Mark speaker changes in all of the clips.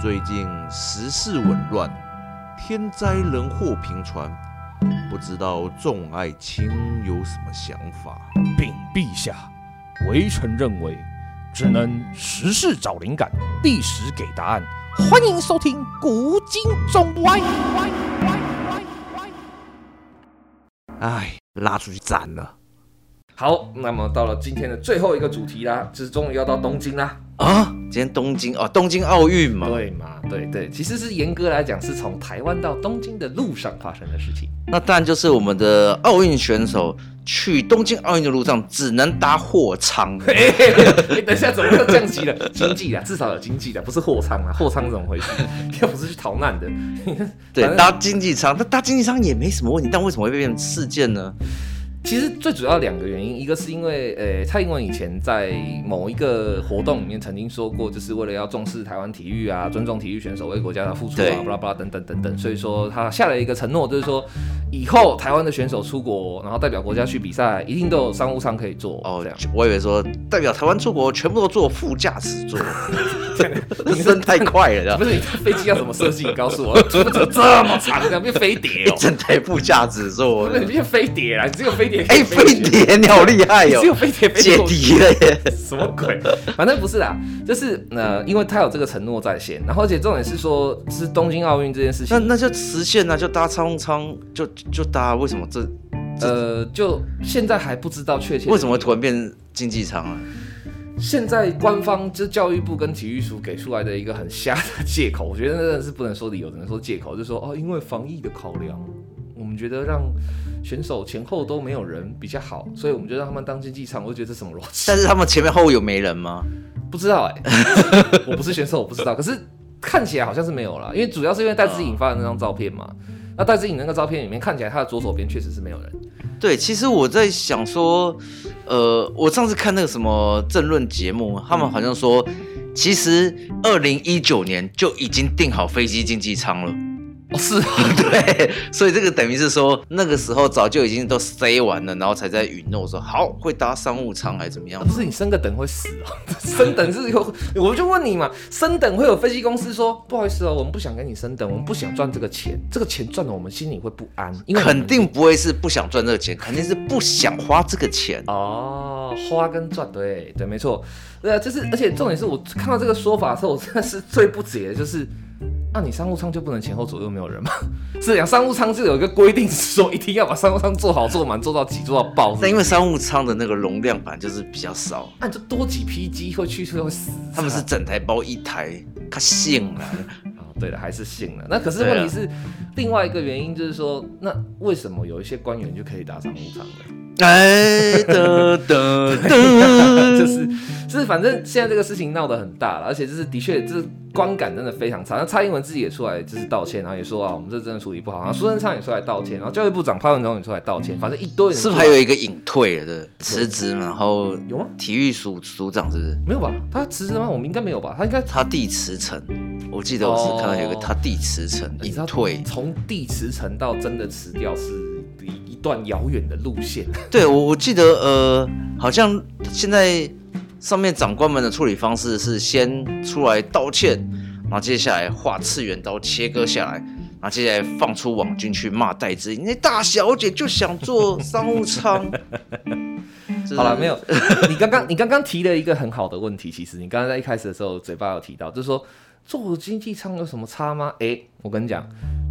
Speaker 1: 最近时事紊乱，天灾人祸频传，不知道众爱卿有什么想法？
Speaker 2: 禀陛下，微臣认为只能时事找灵感，历史给答案。欢迎收听《古今中外》。
Speaker 1: 哎，拉出去斩了
Speaker 3: 好，那么到了今天的最后一个主题啦，就是终于要到东京啦。
Speaker 1: 啊！今天东京哦，东京奥运嘛，
Speaker 3: 对嘛？对对，其实是严格来讲，是从台湾到东京的路上发生的事情。
Speaker 1: 那当然就是我们的奥运选手去东京奥运的路上只能搭货仓。
Speaker 3: 哎、嘿嘿嘿等一下，怎么又降级了？经济啊，至少有经济的，不是货仓啊。货仓怎么回事？ 又不是去逃难的。
Speaker 1: 对
Speaker 3: 反，正
Speaker 1: 搭经济舱，那搭经济舱也没什么问题，但为什么会变成事件呢？
Speaker 3: 其实最主要两个原因，一个是因为呃，蔡英文以前在某一个活动里面曾经说过，就是为了要重视台湾体育啊，尊重体育选手为国家的付出
Speaker 1: 对
Speaker 3: 啊，巴拉巴拉等等等等，所以说他下了一个承诺，就是说以后台湾的选手出国，然后代表国家去比赛，一定都有商务舱可以坐
Speaker 1: 哦
Speaker 3: 这样。，
Speaker 1: 我以为说代表台湾出国全部都坐副驾驶 座，
Speaker 3: 你是
Speaker 1: 升太快了，这样
Speaker 3: 不是你这飞机要怎么设计？你告诉我， 怎么怎么这么长，这样变飞碟哦
Speaker 1: 一？整台副驾驶 座
Speaker 3: 不。是你变飞碟啦，你只有飞碟可以
Speaker 1: 哎，飞碟，你好厉害哦
Speaker 3: 你
Speaker 1: 哟
Speaker 3: 只有，飞碟飞
Speaker 1: 解
Speaker 3: 碟我
Speaker 1: 题了耶！
Speaker 3: 什么鬼？ 反正不是啦，就是呃，因为他有这个承诺在先，然后而且重点是说，是东京奥运这件事
Speaker 1: 那
Speaker 3: 情，
Speaker 1: 那就实现啊了，就搭商务舱，就就搭，为什么这
Speaker 3: 呃，就现在还不知道确切
Speaker 1: 为什么突然变经济舱啊了？
Speaker 3: 现在官方就教育部跟体育署给出来的一个很瞎的借口， 我觉得那真的是不能说理由，只能说借口，就说哦，因为防疫的考量，我们觉得让选手前后都没有人比较好，所以我们就让他们当经济舱，我就觉得这什么逻辑？
Speaker 1: 但是他们前面后有没人吗？
Speaker 3: 不知道 哎、我不是选手，我不知道。可是看起来好像是没有啦，因为主要是因为戴志颖发的那张照片嘛。那戴志颖那个照片里面看起来，他的左手边确实是没有人。
Speaker 1: 对，其实我在想说，呃，我上次看那个什么政论节目，他
Speaker 3: 嗯
Speaker 1: 们好像说，其实二零一九年就已经订好飞机经济舱了。
Speaker 3: 哦，是啊，
Speaker 1: 对，所以这个等于是说，那个时候早就已经都塞完了，然后才在允诺说好会搭商务舱还是怎么样
Speaker 3: 不。是你升个等会死哦、 升等是有，我就问你嘛，升等会有飞机公司说不好意思哦、我们不想给你升等，我们不想赚这个钱，这个钱赚了我们心里会不安，因为我们
Speaker 1: 肯定不会是不想赚这个钱，肯定是不想花这个钱。
Speaker 3: 哦，花跟赚，对对，没错，对啊，
Speaker 1: 嗯
Speaker 3: 就是，而且重点是我看到这个说法的时候，我真的是最不解的就是，那、你商务舱就不能前后左右没有人吗？ 是讲商务舱就有一个规定，是说一定要把商务舱做好做满做到挤做到爆，
Speaker 1: 但因
Speaker 3: 为
Speaker 1: 为商务舱的那个容量本来就是比较少，
Speaker 3: 那、啊你就多几批机会去就会死，
Speaker 1: 他们是整台包一台，他信了。
Speaker 3: 啊、对的，还是信了。那可
Speaker 1: 啊
Speaker 3: 是问题是，另外一个原因就是说，那为什么有一些官员就可以打商务舱呢？
Speaker 1: 哎的的嗯
Speaker 3: 就是就是，反正现在这个事情闹得很大了，而且就是的确，就是观感真的非常差。那蔡英文自己也出来就是道歉，然后也说啊，我们这真的处理不好。然后苏贞昌也出来道歉，然后教育部长潘文忠也出来道歉，反正一堆
Speaker 1: 嗯
Speaker 3: 人
Speaker 1: 是
Speaker 3: 出
Speaker 1: 不
Speaker 3: 来。
Speaker 1: 是还有一个隐退了的辞职，然后
Speaker 3: 有吗？
Speaker 1: 体育署署长是不是
Speaker 3: 没有吧？他辞职吗？我们应该没有吧？他应该
Speaker 1: 他弟辞呈？我记得我是看到有一个
Speaker 3: 哦
Speaker 1: 他弟辞呈
Speaker 3: 你
Speaker 1: 隐
Speaker 3: 知道
Speaker 1: 退。
Speaker 3: 从地辞呈到真的辞掉是一一段遥远的路线。
Speaker 1: 对，我我记得呃，好像现在上面长官们的处理方式是先出来道歉，然后接下来画次元刀切割下来，然后接下来放出网军去骂戴资颖，那大小姐就想做商务舱。就是
Speaker 3: 好了，没有。你刚刚你刚刚提了一个很好的问题，其实你刚刚在一开始的时候嘴巴有提到，就是说做经济舱有什么差吗？诶，我跟你讲，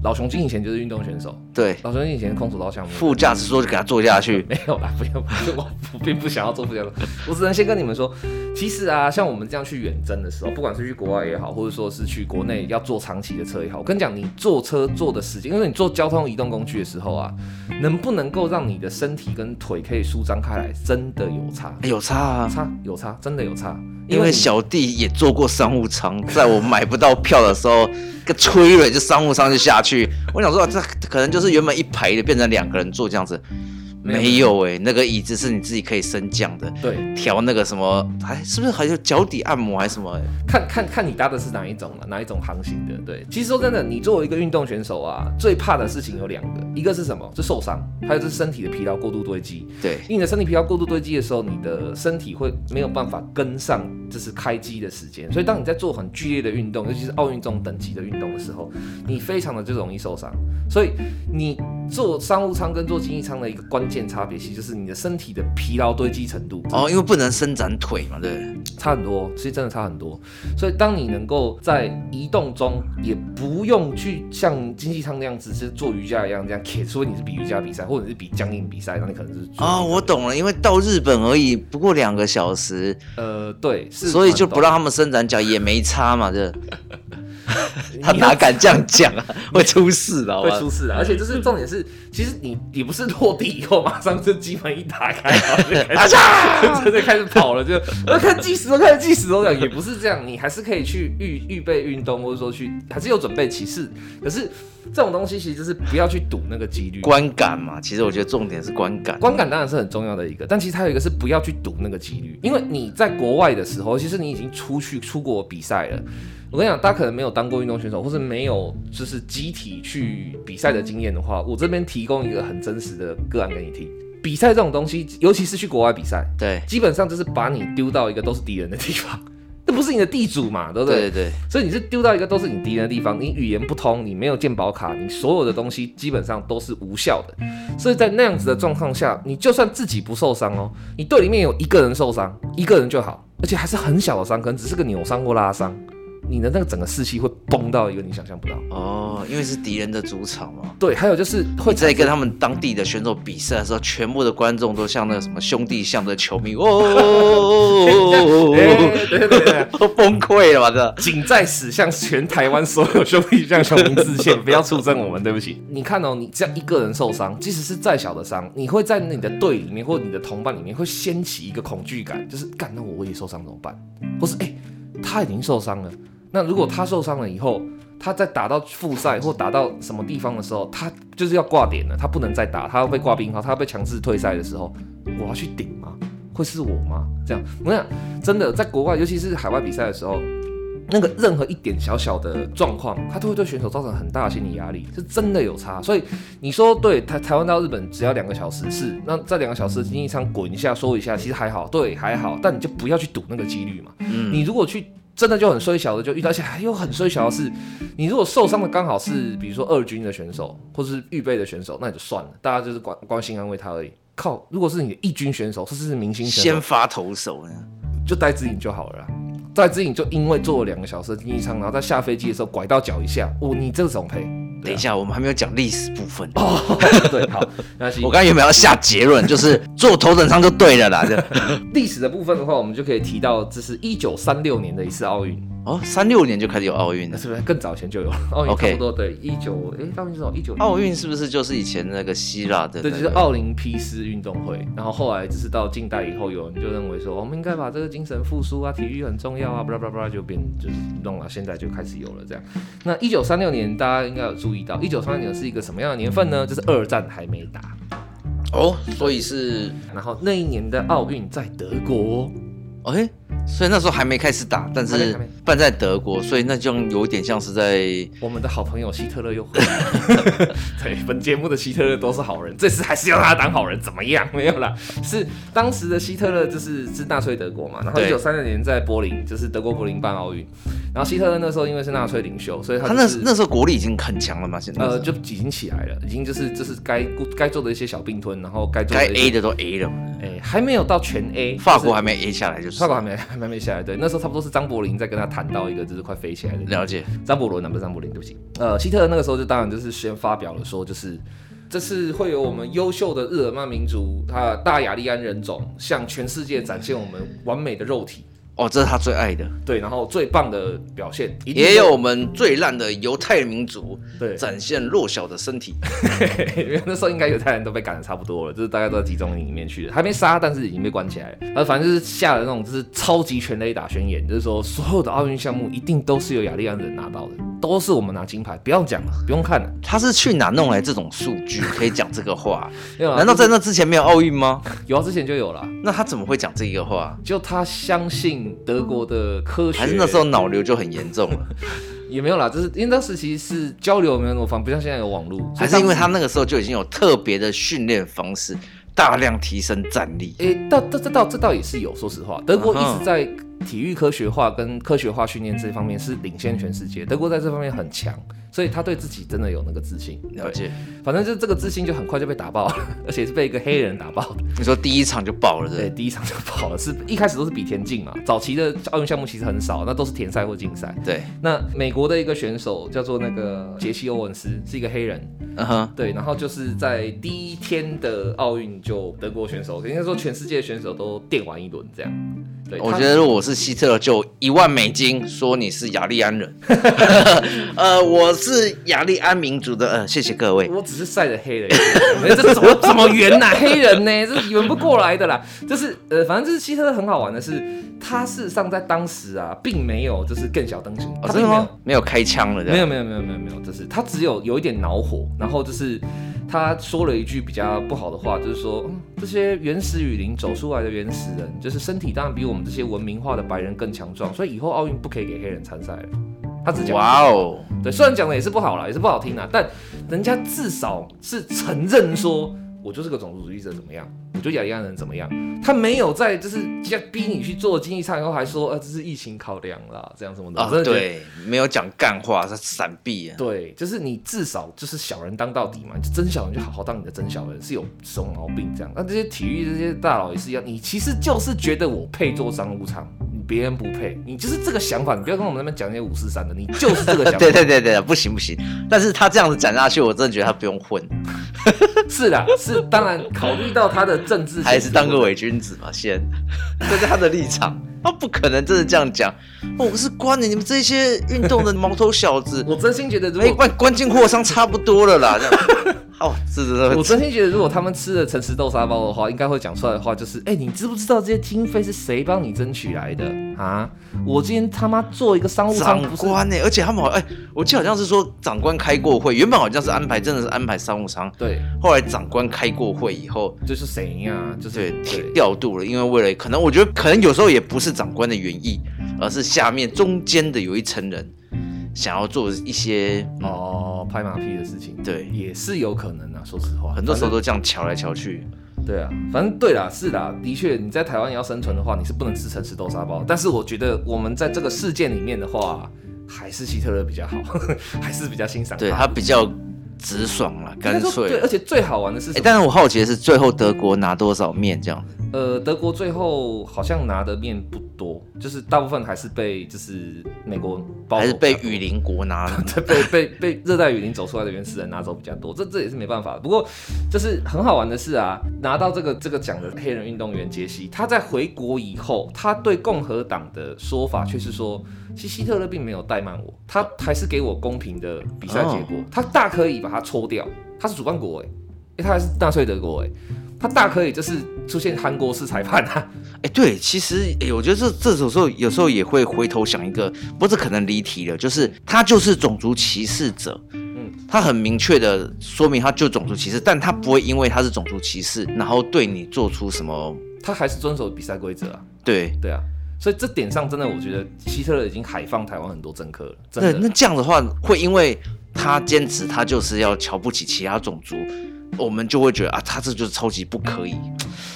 Speaker 3: 老熊精以前就是运动选手，
Speaker 1: 对，
Speaker 3: 老熊精以前是空手道项目。
Speaker 1: 副驾驶座就给他坐下去。
Speaker 3: 没有 啦，不用，不用我我并不想要做副教授，我只能先跟你们说，其实啊，像我们这样去远征的时候，不管是去国外也好，或者说是去国内要坐长期的车也好，我跟你讲，你坐车坐的时间，因为你坐交通移动工具的时候啊，能不能够让你的身体跟腿可以舒张开来，真的有差。
Speaker 1: 哎有差啊，
Speaker 3: 差有差，真的有差，
Speaker 1: 因为
Speaker 3: 你
Speaker 1: 小弟也坐过商务舱， 在我买不到票的时候，个催啊了就商务舱就下去。我想说，这可能就是原本一排的变成两个人坐这样子。没有哎、那个椅子是你自己可以升降的，
Speaker 3: 对，
Speaker 1: 调那个什么，还是不是还有脚底按摩还是什么、欸？
Speaker 3: 看看看你搭的是哪一种了，啊哪一种航型的。对，其实说真的，你作为一个运动选手啊，最怕的事情有两个，一个是什么？是受伤，还有就是身体的疲劳过度堆积。
Speaker 1: 对，
Speaker 3: 因为你的身体疲劳过度堆积的时候，你的身体会没有办法跟上，就是开机的时间。所以当你在做很剧烈的运动，尤其是奥运这种等级的运动的时候，你非常的就容易受伤。所以你做商务舱跟做经济舱的一个关键差别，其实就是你的身体的疲劳堆积程度。
Speaker 1: 哦，因为不能伸展腿嘛，对不对？
Speaker 3: 差很多，其实真的差很多。所以当你能够在移动中，也不用去像经济舱那样子，是做瑜伽一样这样，除非你是比瑜伽比赛，或者是比僵硬比赛，那你可能是做
Speaker 1: 哦，我懂了，因为到日本而已，不过两个小时，
Speaker 3: 呃对，是
Speaker 1: 所以就不让
Speaker 3: 蛮
Speaker 1: 他们伸展脚也没差嘛，这他哪敢这样讲啊？会出事的，好
Speaker 3: 短
Speaker 1: 吧
Speaker 3: 的会？出事啊的。而且就是重点是，其实你你不是落地以后马上就机门一打开，然后就开始 真的开始跑了，就呃看计时哦，开始计时哦，这样也不是这样，你还是可以去预预备运动，或者说去还是有准备其次。可是这种东西其实就是不要去赌那个几率。
Speaker 1: 观感嘛，其实我觉得重点是观感。
Speaker 3: 观感当然是很重要的一个，但其实还有一个是不要去赌那个几率，因为你在国外的时候，其实你已经出去出国比赛了。我跟你讲，大家可能没有当过运动选手，或是没有就是集体去比赛的经验的话，我这边提供一个很真实的个案给你听。比赛这种东西，尤其是去国外比赛，
Speaker 1: 对
Speaker 3: 基本上就是把你丢到一个都是敌人的地方，那不是你的地主嘛，对不
Speaker 1: 对对对，
Speaker 3: 所以你是丢到一个都是你敌人的地方，你语言不通，你没有鉴宝卡，你所有的东西基本上都是无效的。所以在那样子的状况下，你就算自己不受伤哦，你队里面有一个人受伤，一个人就好，而且还是很小的伤，可能只是个扭伤或拉伤，你的那个整个士气会崩到一个你想象不到。
Speaker 1: 哦，因为是敌人的主场嘛。
Speaker 3: 对，还有就是会
Speaker 1: 会在跟他们当地的选手比赛的时候，全部的观众都像那个什么兄弟像的球迷，哦，哦
Speaker 3: 哎对对对，
Speaker 1: 都崩溃了吧？这
Speaker 3: 仅在此向全台湾所有兄弟向球迷致歉，不要出征我们，对不起。你看哦，你这样一个人受伤，即使是再小的伤，你会在你的队里面或你的同伴里面会掀起一个恐惧感，就是干，那我我也受伤怎么办？或是哎、他已经受伤了，那如果他受伤了以后，他在打到复赛或打到什么地方的时候，他就是要挂点了，他不能再打，他要被挂冰号，他要被强制退赛的时候，我要去顶吗？会是我吗？这样，我想真的在国外，尤其是海外比赛的时候，那个任何一点小小的状况，它都会对选手造成很大的心理压力，是真的有差。所以你说对台台湾到日本只要两个小时，是那这两个小时经济舱滚一下说一下，其实还好，对还好，但你就不要去赌那个几率嘛。你如果去。真的就很衰小的就遇到，而且还有很衰小的是，你如果受伤的刚好是比如说二军的选手或是预备的选手，那也就算了，大家就是关关心安慰他而已。靠，如果是你的一军选手，甚至是明星选手，
Speaker 1: 先发投手呢？
Speaker 3: 就戴指引就好了啦。戴指引就因为坐了两个小时的经济舱，然后在下飞机的时候拐到脚一下，哦，你这种赔。
Speaker 1: 等一下，我们还没有讲历史部分。
Speaker 3: 对，好，那行
Speaker 1: 我。刚才原本要下结论，就是坐头等舱就对了啦。这
Speaker 3: 历史的部分的话，我们就可以提到，这是一九三六年的一次奥运，
Speaker 1: 哦，三六年就开始有奥运
Speaker 3: 那
Speaker 1: 了。
Speaker 3: 是不是更早前就有了？奥运
Speaker 1: OK
Speaker 3: 差不多对，一九哎，奥运是什么？一九
Speaker 1: 奥运是不是就是以前那个希腊的、那
Speaker 3: 对，
Speaker 1: 个
Speaker 3: 就是奥林匹斯运动会。然后后来只是到近代以后，有人就认为说，我们应该把这个精神复苏啊，体育很重要啊，巴拉巴拉巴拉，就变就是弄了。现在就开始有了这样。那一九三六年，大家应该有注意到，一九三六年是一个什么样的年份呢？就是二战还没打，
Speaker 1: 哦，所以是
Speaker 3: 然后那一年的奥运在德国。哦
Speaker 1: 哎、所以那时候还没开始打，但
Speaker 3: 还没
Speaker 1: 是
Speaker 3: 还没
Speaker 1: 办在德国，所以那就有点像是在
Speaker 3: 我们的好朋友希特勒又回来了。 对，本节目的希特勒都是好人，这次还是要让他当好人，怎么样？没有啦，是当时的希特勒就是是纳粹德国嘛，然后一
Speaker 1: 对
Speaker 3: 九三六年在柏林，就是德国柏林办奥运，然后希特勒那时候因为是纳粹领袖，所以他、
Speaker 1: 他
Speaker 3: 就
Speaker 1: 那
Speaker 3: 是
Speaker 1: 那时候国力已经很强了嘛，现在
Speaker 3: 呃就已经起来了，已经就是就是该该做的一些小并吞，然后该做
Speaker 1: 该
Speaker 3: 的一些
Speaker 1: A 的都 A 了嘛，
Speaker 3: 哎、还没有到全 A，
Speaker 1: 法
Speaker 3: 就是
Speaker 1: 国还没 A 下来就是
Speaker 3: 法国还没还没下来，对，那时候差不多是张伯伦在跟他谈到一个就是快飞起来的地方
Speaker 1: 了解
Speaker 3: 张伯伦啊，不是张伯伦，对不起。呃，希特勒那个时候就当然就是先发表了说，就是这次会有我们优秀的日耳曼民族，他大雅利安人种向全世界展现我们完美的肉体，
Speaker 1: 哦，这是他最爱的，
Speaker 3: 对，然后最棒的表现，一定会
Speaker 1: 也有我们最烂的犹太民族
Speaker 3: 对，
Speaker 1: 展现弱小的身体，
Speaker 3: 因为那时候应该犹太人都被赶的差不多了，就是大概都在集中营里面去了，还没杀，但是已经被关起来了。然后反正就是下了那种就是超级全垒打宣言，就是说所有的奥运项目一定都是由雅利安人拿到的。都是我们拿金牌，不要讲了，不用看了。
Speaker 1: 他是去哪弄来这种数据可以讲这个 话？
Speaker 3: 没有啦
Speaker 1: 难道在那之前没有奥运吗？
Speaker 3: 有啊？之前就有了，
Speaker 1: 那他怎么会讲这个话？
Speaker 3: 就他相信德国的科学，
Speaker 1: 还是那时候脑瘤就很严重了？
Speaker 3: 也没有啦，就是因为当时其实是交流没有那么方便，不像现在有网络，所
Speaker 1: 还
Speaker 3: 以
Speaker 1: 是因为
Speaker 3: 当时
Speaker 1: 他那个时候就已经有特别的训练方式，大量提升战力？
Speaker 3: 诶，到这这倒这倒也是有，说实话，德国
Speaker 1: 嗯
Speaker 3: 一
Speaker 1: 哼
Speaker 3: 直在体育科学化跟科学化训练这方面是领先全世界，德国在这方面很强，所以他对自己真的有那个自信。
Speaker 1: 了
Speaker 3: 对，
Speaker 1: 解？
Speaker 3: 反正就这个自信就很快就被打爆了， 而且是被一个黑人打爆的。
Speaker 1: 你说第一场就爆了，对不
Speaker 3: 对，
Speaker 1: 对？
Speaker 3: 第一场就爆了，是一开始都是比田径嘛，早期的奥运项目其实很少，那都是田赛或竞赛。
Speaker 1: 对，
Speaker 3: 那美国的一个选手叫做那个杰西·欧文斯，是一个黑人，
Speaker 1: 嗯哼，
Speaker 3: 对，然后就是在第一天的奥运，就德国选手应该说全世界的选手都电玩一轮这样。对，
Speaker 1: 我
Speaker 3: 他
Speaker 1: 觉得如果我是希特勒，就一万美金说你是雅利安 人，呃，我是雅利安民族的，呃，谢谢各位。
Speaker 3: 我只是晒着黑人， 这怎么怎么圆呐、黑人呢，这是圆不过来的啦。就是呃，反正就是希特勒很好玩的是，他事实上在当时啊，并没有就是更小灯型，
Speaker 1: 哦，
Speaker 3: 他
Speaker 1: 真
Speaker 3: 并
Speaker 1: 的
Speaker 3: 没有
Speaker 1: 吗？没有开枪了，这
Speaker 3: 没
Speaker 1: 样
Speaker 3: 有没有没有没有没有，就是他只有有一点恼火，然后就是他说了一句比较不好的话，就是说、嗯、这些原始雨林走出来的原始人，就是身体当然比我们这些文明化的白人更强壮，所以以后奥运不可以给黑人参赛了。他只讲
Speaker 1: 哇哦，
Speaker 3: 对，虽然讲的也是不好啦，也是不好听啦，但人家至少是承认说，我就是个种族主义者怎么样，我就雅利安人怎么样，他没有在就是这样逼你去做经济舱以后还说，呃，这是疫情考量啦，这样什么的，
Speaker 1: 啊
Speaker 3: 哦我真，的觉得
Speaker 1: 对，没有讲干话，是闪避啊。
Speaker 3: 对，就是你至少就是小人当到底嘛，你就真小人就好好当你的真小人，是有什么毛病这样？那这些体育这些大佬也是一样，你其实就是觉得我配做商务舱，你别人不配，你就是这个想法，你不要跟我们那边讲那些五四三的，你就是这个想 法。
Speaker 1: 对对对对，不行不行！但是他这样子讲下去，我真的觉得他不用混，
Speaker 3: 是啦，是当然考虑到他的政治，，
Speaker 1: 还是当个。伪君子嘛，先。 这是他的立场， 他不可能真的这样讲。哦我是关你们这些运动的毛头小子
Speaker 3: 我真心觉得，如
Speaker 1: 没
Speaker 3: 果
Speaker 1: 关关进货商差不多了啦。这 样，哦，是是
Speaker 3: 我
Speaker 1: 是，
Speaker 3: 真心觉得，如果他们吃了诚实豆沙包的话，应该会讲出来的话就是：哎、你知不知道这些经费是谁帮你争取来的啊？我今天他妈做一个商务舱，
Speaker 1: 长
Speaker 3: 不是
Speaker 1: 官呢、而且他们好哎、我记得好像是说长官开过会，原本好像是安排，真的是安排商务舱，
Speaker 3: 对。
Speaker 1: 后来长官开过会以后，
Speaker 3: 就是谁呀、就是
Speaker 1: 对调度了，因为为了可能我觉得可能有时候也不是长官的原意，而是下面中间的有一层人想要做一些哦，
Speaker 3: 哦，拍马屁的事情，
Speaker 1: 对
Speaker 3: 也是有可能啊。说实话，
Speaker 1: 很多时候
Speaker 3: 反
Speaker 1: 都这样瞧来瞧去，
Speaker 3: 正对啊，反正对啦，是啦，的确，你在台湾要生存的话，你是不能吃诚实豆沙包。但是我觉得我们在这个事件里面的话，还是希特勒比较好， 还是比较欣赏
Speaker 1: 对他比较直爽了，
Speaker 3: 应该
Speaker 1: 干
Speaker 3: 说
Speaker 1: 脆
Speaker 3: 对，
Speaker 1: 了。
Speaker 3: 而且最好玩的是
Speaker 1: 哎
Speaker 3: 什，么？
Speaker 1: 但是我好奇的是，最后德国拿多少面这样子？
Speaker 3: 呃，德国最后好像拿的面不多，就是大部分还是被就是美国包
Speaker 1: 还是
Speaker 3: 裹
Speaker 1: 被
Speaker 3: 比较多
Speaker 1: 雨林国拿 了？
Speaker 3: 被被被热带雨林走出来的原始人拿走比较多，这这也是没办法的。不过就是很好玩的是啊，拿到这个这个奖的黑人运动员杰西，他在回国以后，他对共和党的说法却是说，其实希特勒并没有怠慢我，他还是给我公平的比赛结果，他大可以把它抽掉，他是主办国哎、诶他还是纳粹德国哎、他大可以就是出现韩国式裁判啊，
Speaker 1: 哎、对，其实、哎，我觉得这这种时候有时候也会回头想一个，不是可能离题了，就是他就是种族歧视者，嗯
Speaker 3: 嗯，
Speaker 1: 他很明确的说明他就种族歧视，但他不会因为他是种族歧视，然后对你做出什么，
Speaker 3: 他还是遵守比赛规则啊，
Speaker 1: 对，
Speaker 3: 对啊。所以这点上，真的我觉得希特勒已经海放台湾很多政客了，真
Speaker 1: 那
Speaker 3: 的。
Speaker 1: 那这样的话，会因为他坚持他就是要瞧不起其他种族，我们就会觉得啊，他这就是超级不可以，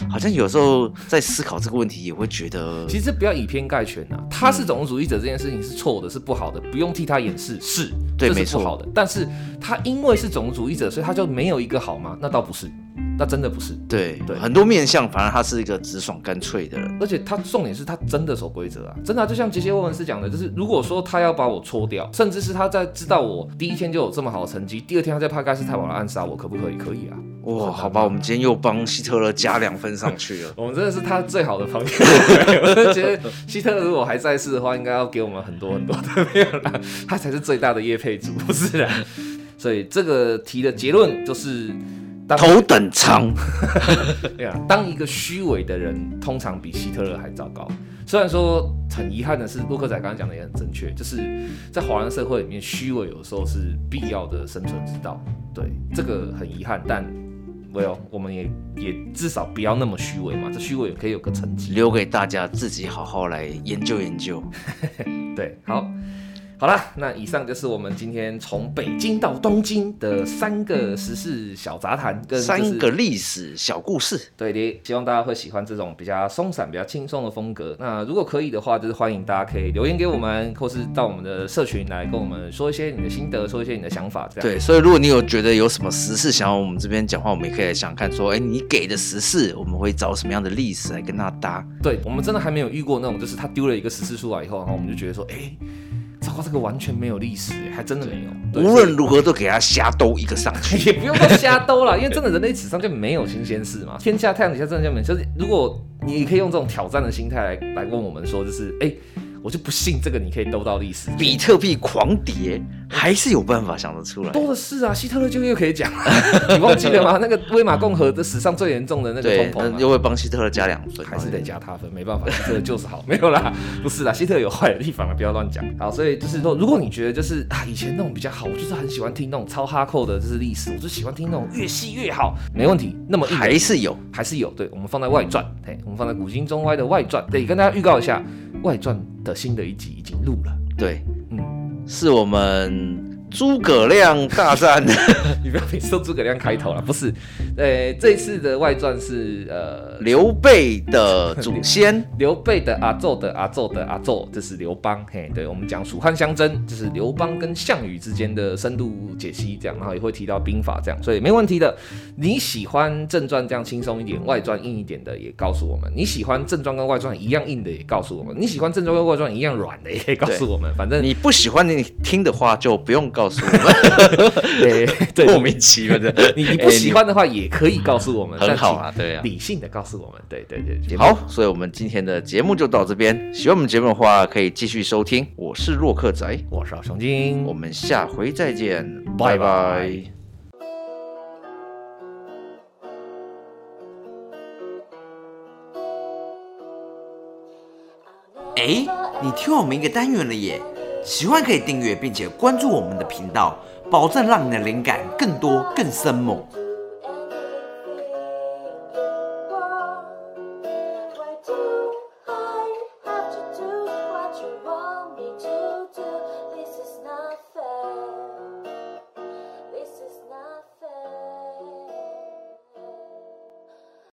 Speaker 1: 好像有时候在思考这个问题也会觉得，
Speaker 3: 其实不要以偏概全啊，他是种族主义者这件事情是错的，是不好的，不用替他掩饰，是，
Speaker 1: 对
Speaker 3: 这是
Speaker 1: 没错
Speaker 3: 不好的。但是他因为是种族主义者，所以他就没有一个好吗？那倒不是，那真的不是。
Speaker 1: 对
Speaker 3: 对
Speaker 1: 很多面相，反而他是一个直爽干脆的人。
Speaker 3: 而且他重点是他真的守规则啊，真的啊、就像杰西·沃文斯讲的，就是如果说他要把我戳掉，甚至是他在知道我第一天就有这么好的成绩，第二天他在帕盖斯太堡来暗杀我，可不可以？可以啊，。
Speaker 1: 哇，好吧，我们今天又帮希特勒加两分上去了
Speaker 3: 我们真的是他最好的朋友， 我就觉得希特勒如果还在世的话，应该要给我们很多很多的 没有啦，啊他才是最大的叶配主，不是啦。所以这个题的结论就是，当
Speaker 1: 头等舱，
Speaker 3: 对啊，当一个虚伪的人，通常比希特勒还糟糕。虽然说很遗憾的是，洛克仔刚刚讲的也很正确，就是在华人社会里面，虚伪有时候是必要的生存之道。对，这个很遗憾，但 well，我们也也至少不要那么虚伪嘛，这虚伪可以有个层级。
Speaker 1: 留给大家自己好好来研究研究。
Speaker 3: 对，好，好啦，那以上就是我们今天从北京到东京的三个时事小杂谈，跟、就是、
Speaker 1: 三个历史小故事，
Speaker 3: 对的，希望大家会喜欢这种比较松散、比较轻松的风格。那如果可以的话，就是欢迎大家可以留言给我们，或是到我们的社群来跟我们说一些你的心得，说一些你的想法，这样。
Speaker 1: 对，所以如果你有觉得有什么时事想要我们这边讲话，我们也可以来想看说，哎，你给的时事，我们会找什么样的历史来跟它搭？
Speaker 3: 对，我们真的还没有遇过那种，就是他丢了一个实事出来以后，然后我们就觉得说，哎、糟糕，这个完全没有历史，哎还真的没有。对
Speaker 1: 无论如何都给它瞎兜一个上去。
Speaker 3: 也不用到瞎兜了，因为真的人类史上就没有新鲜事嘛。天下太阳底下真的就没有。就是如果你可以用这种挑战的心态来来问我们说，就是哎、我就不信这个你可以兜到历史。
Speaker 1: 比特币狂跌，还是有办法想得出来。
Speaker 3: 多的是啊，希特勒就又可以讲， 你忘记了吗？那个威玛共和的史上最严重的那个
Speaker 1: 对呃
Speaker 3: 通，膨
Speaker 1: 那
Speaker 3: 嘛、
Speaker 1: 又会帮希特勒加两分，哦
Speaker 3: 还是得加他分，没办法，希特勒就是好，没有啦， 不是啦，希特勒有坏的地方啦，啊不要乱讲。好，所以就是说，如果你觉得就是啊，以前那种比较好，我就是很喜欢听那种超哈扣的，就是历史，我就喜欢听那种越细越好，没问题。那么硬的
Speaker 1: 还是有。
Speaker 3: 还是有，对我们放在外传，嘿，我们放在古今中外的外传，对，跟大家预告一下，外传的新的一集已经录了。
Speaker 1: 对，
Speaker 3: 嗯，
Speaker 1: 是我们诸葛亮大战
Speaker 3: 你不要每次都诸葛亮开头了，不是？呃，这一次的外传是呃
Speaker 1: 刘备的祖先。
Speaker 3: 刘备的阿奏的阿奏的阿奏，这是刘邦。嘿，对我们讲蜀汉相争，就是刘邦跟项羽之间的深度解析，这样，然后也会提到兵法，这样，所以没问题的。你喜欢正传这样轻松一点，外传硬一点的也告诉我们；你喜欢正传跟外传一样硬的也告诉我们；你喜欢正传跟外传一样软的也可以告诉我们。反正
Speaker 1: 你不喜欢你听的话，就不用告诉我 们，
Speaker 3: 对对，
Speaker 1: 莫名其妙的。
Speaker 3: 你你不喜欢的话也可以告诉我们，
Speaker 1: 哎很
Speaker 3: 但
Speaker 1: 好
Speaker 3: 请
Speaker 1: 啊对啊
Speaker 3: 理性的告诉我们，对对对，对
Speaker 1: 好，所以我们今天的节目就到这边。喜欢我们节目的话，可以继续收听。我是洛克仔，
Speaker 3: 我是老熊精，
Speaker 1: 我们下回再见，拜
Speaker 3: 拜拜
Speaker 1: 拜
Speaker 4: 哎，你听我们一个单元了耶！喜欢可以订阅并且关注我们的频道，保证让你的灵感更多更深猛。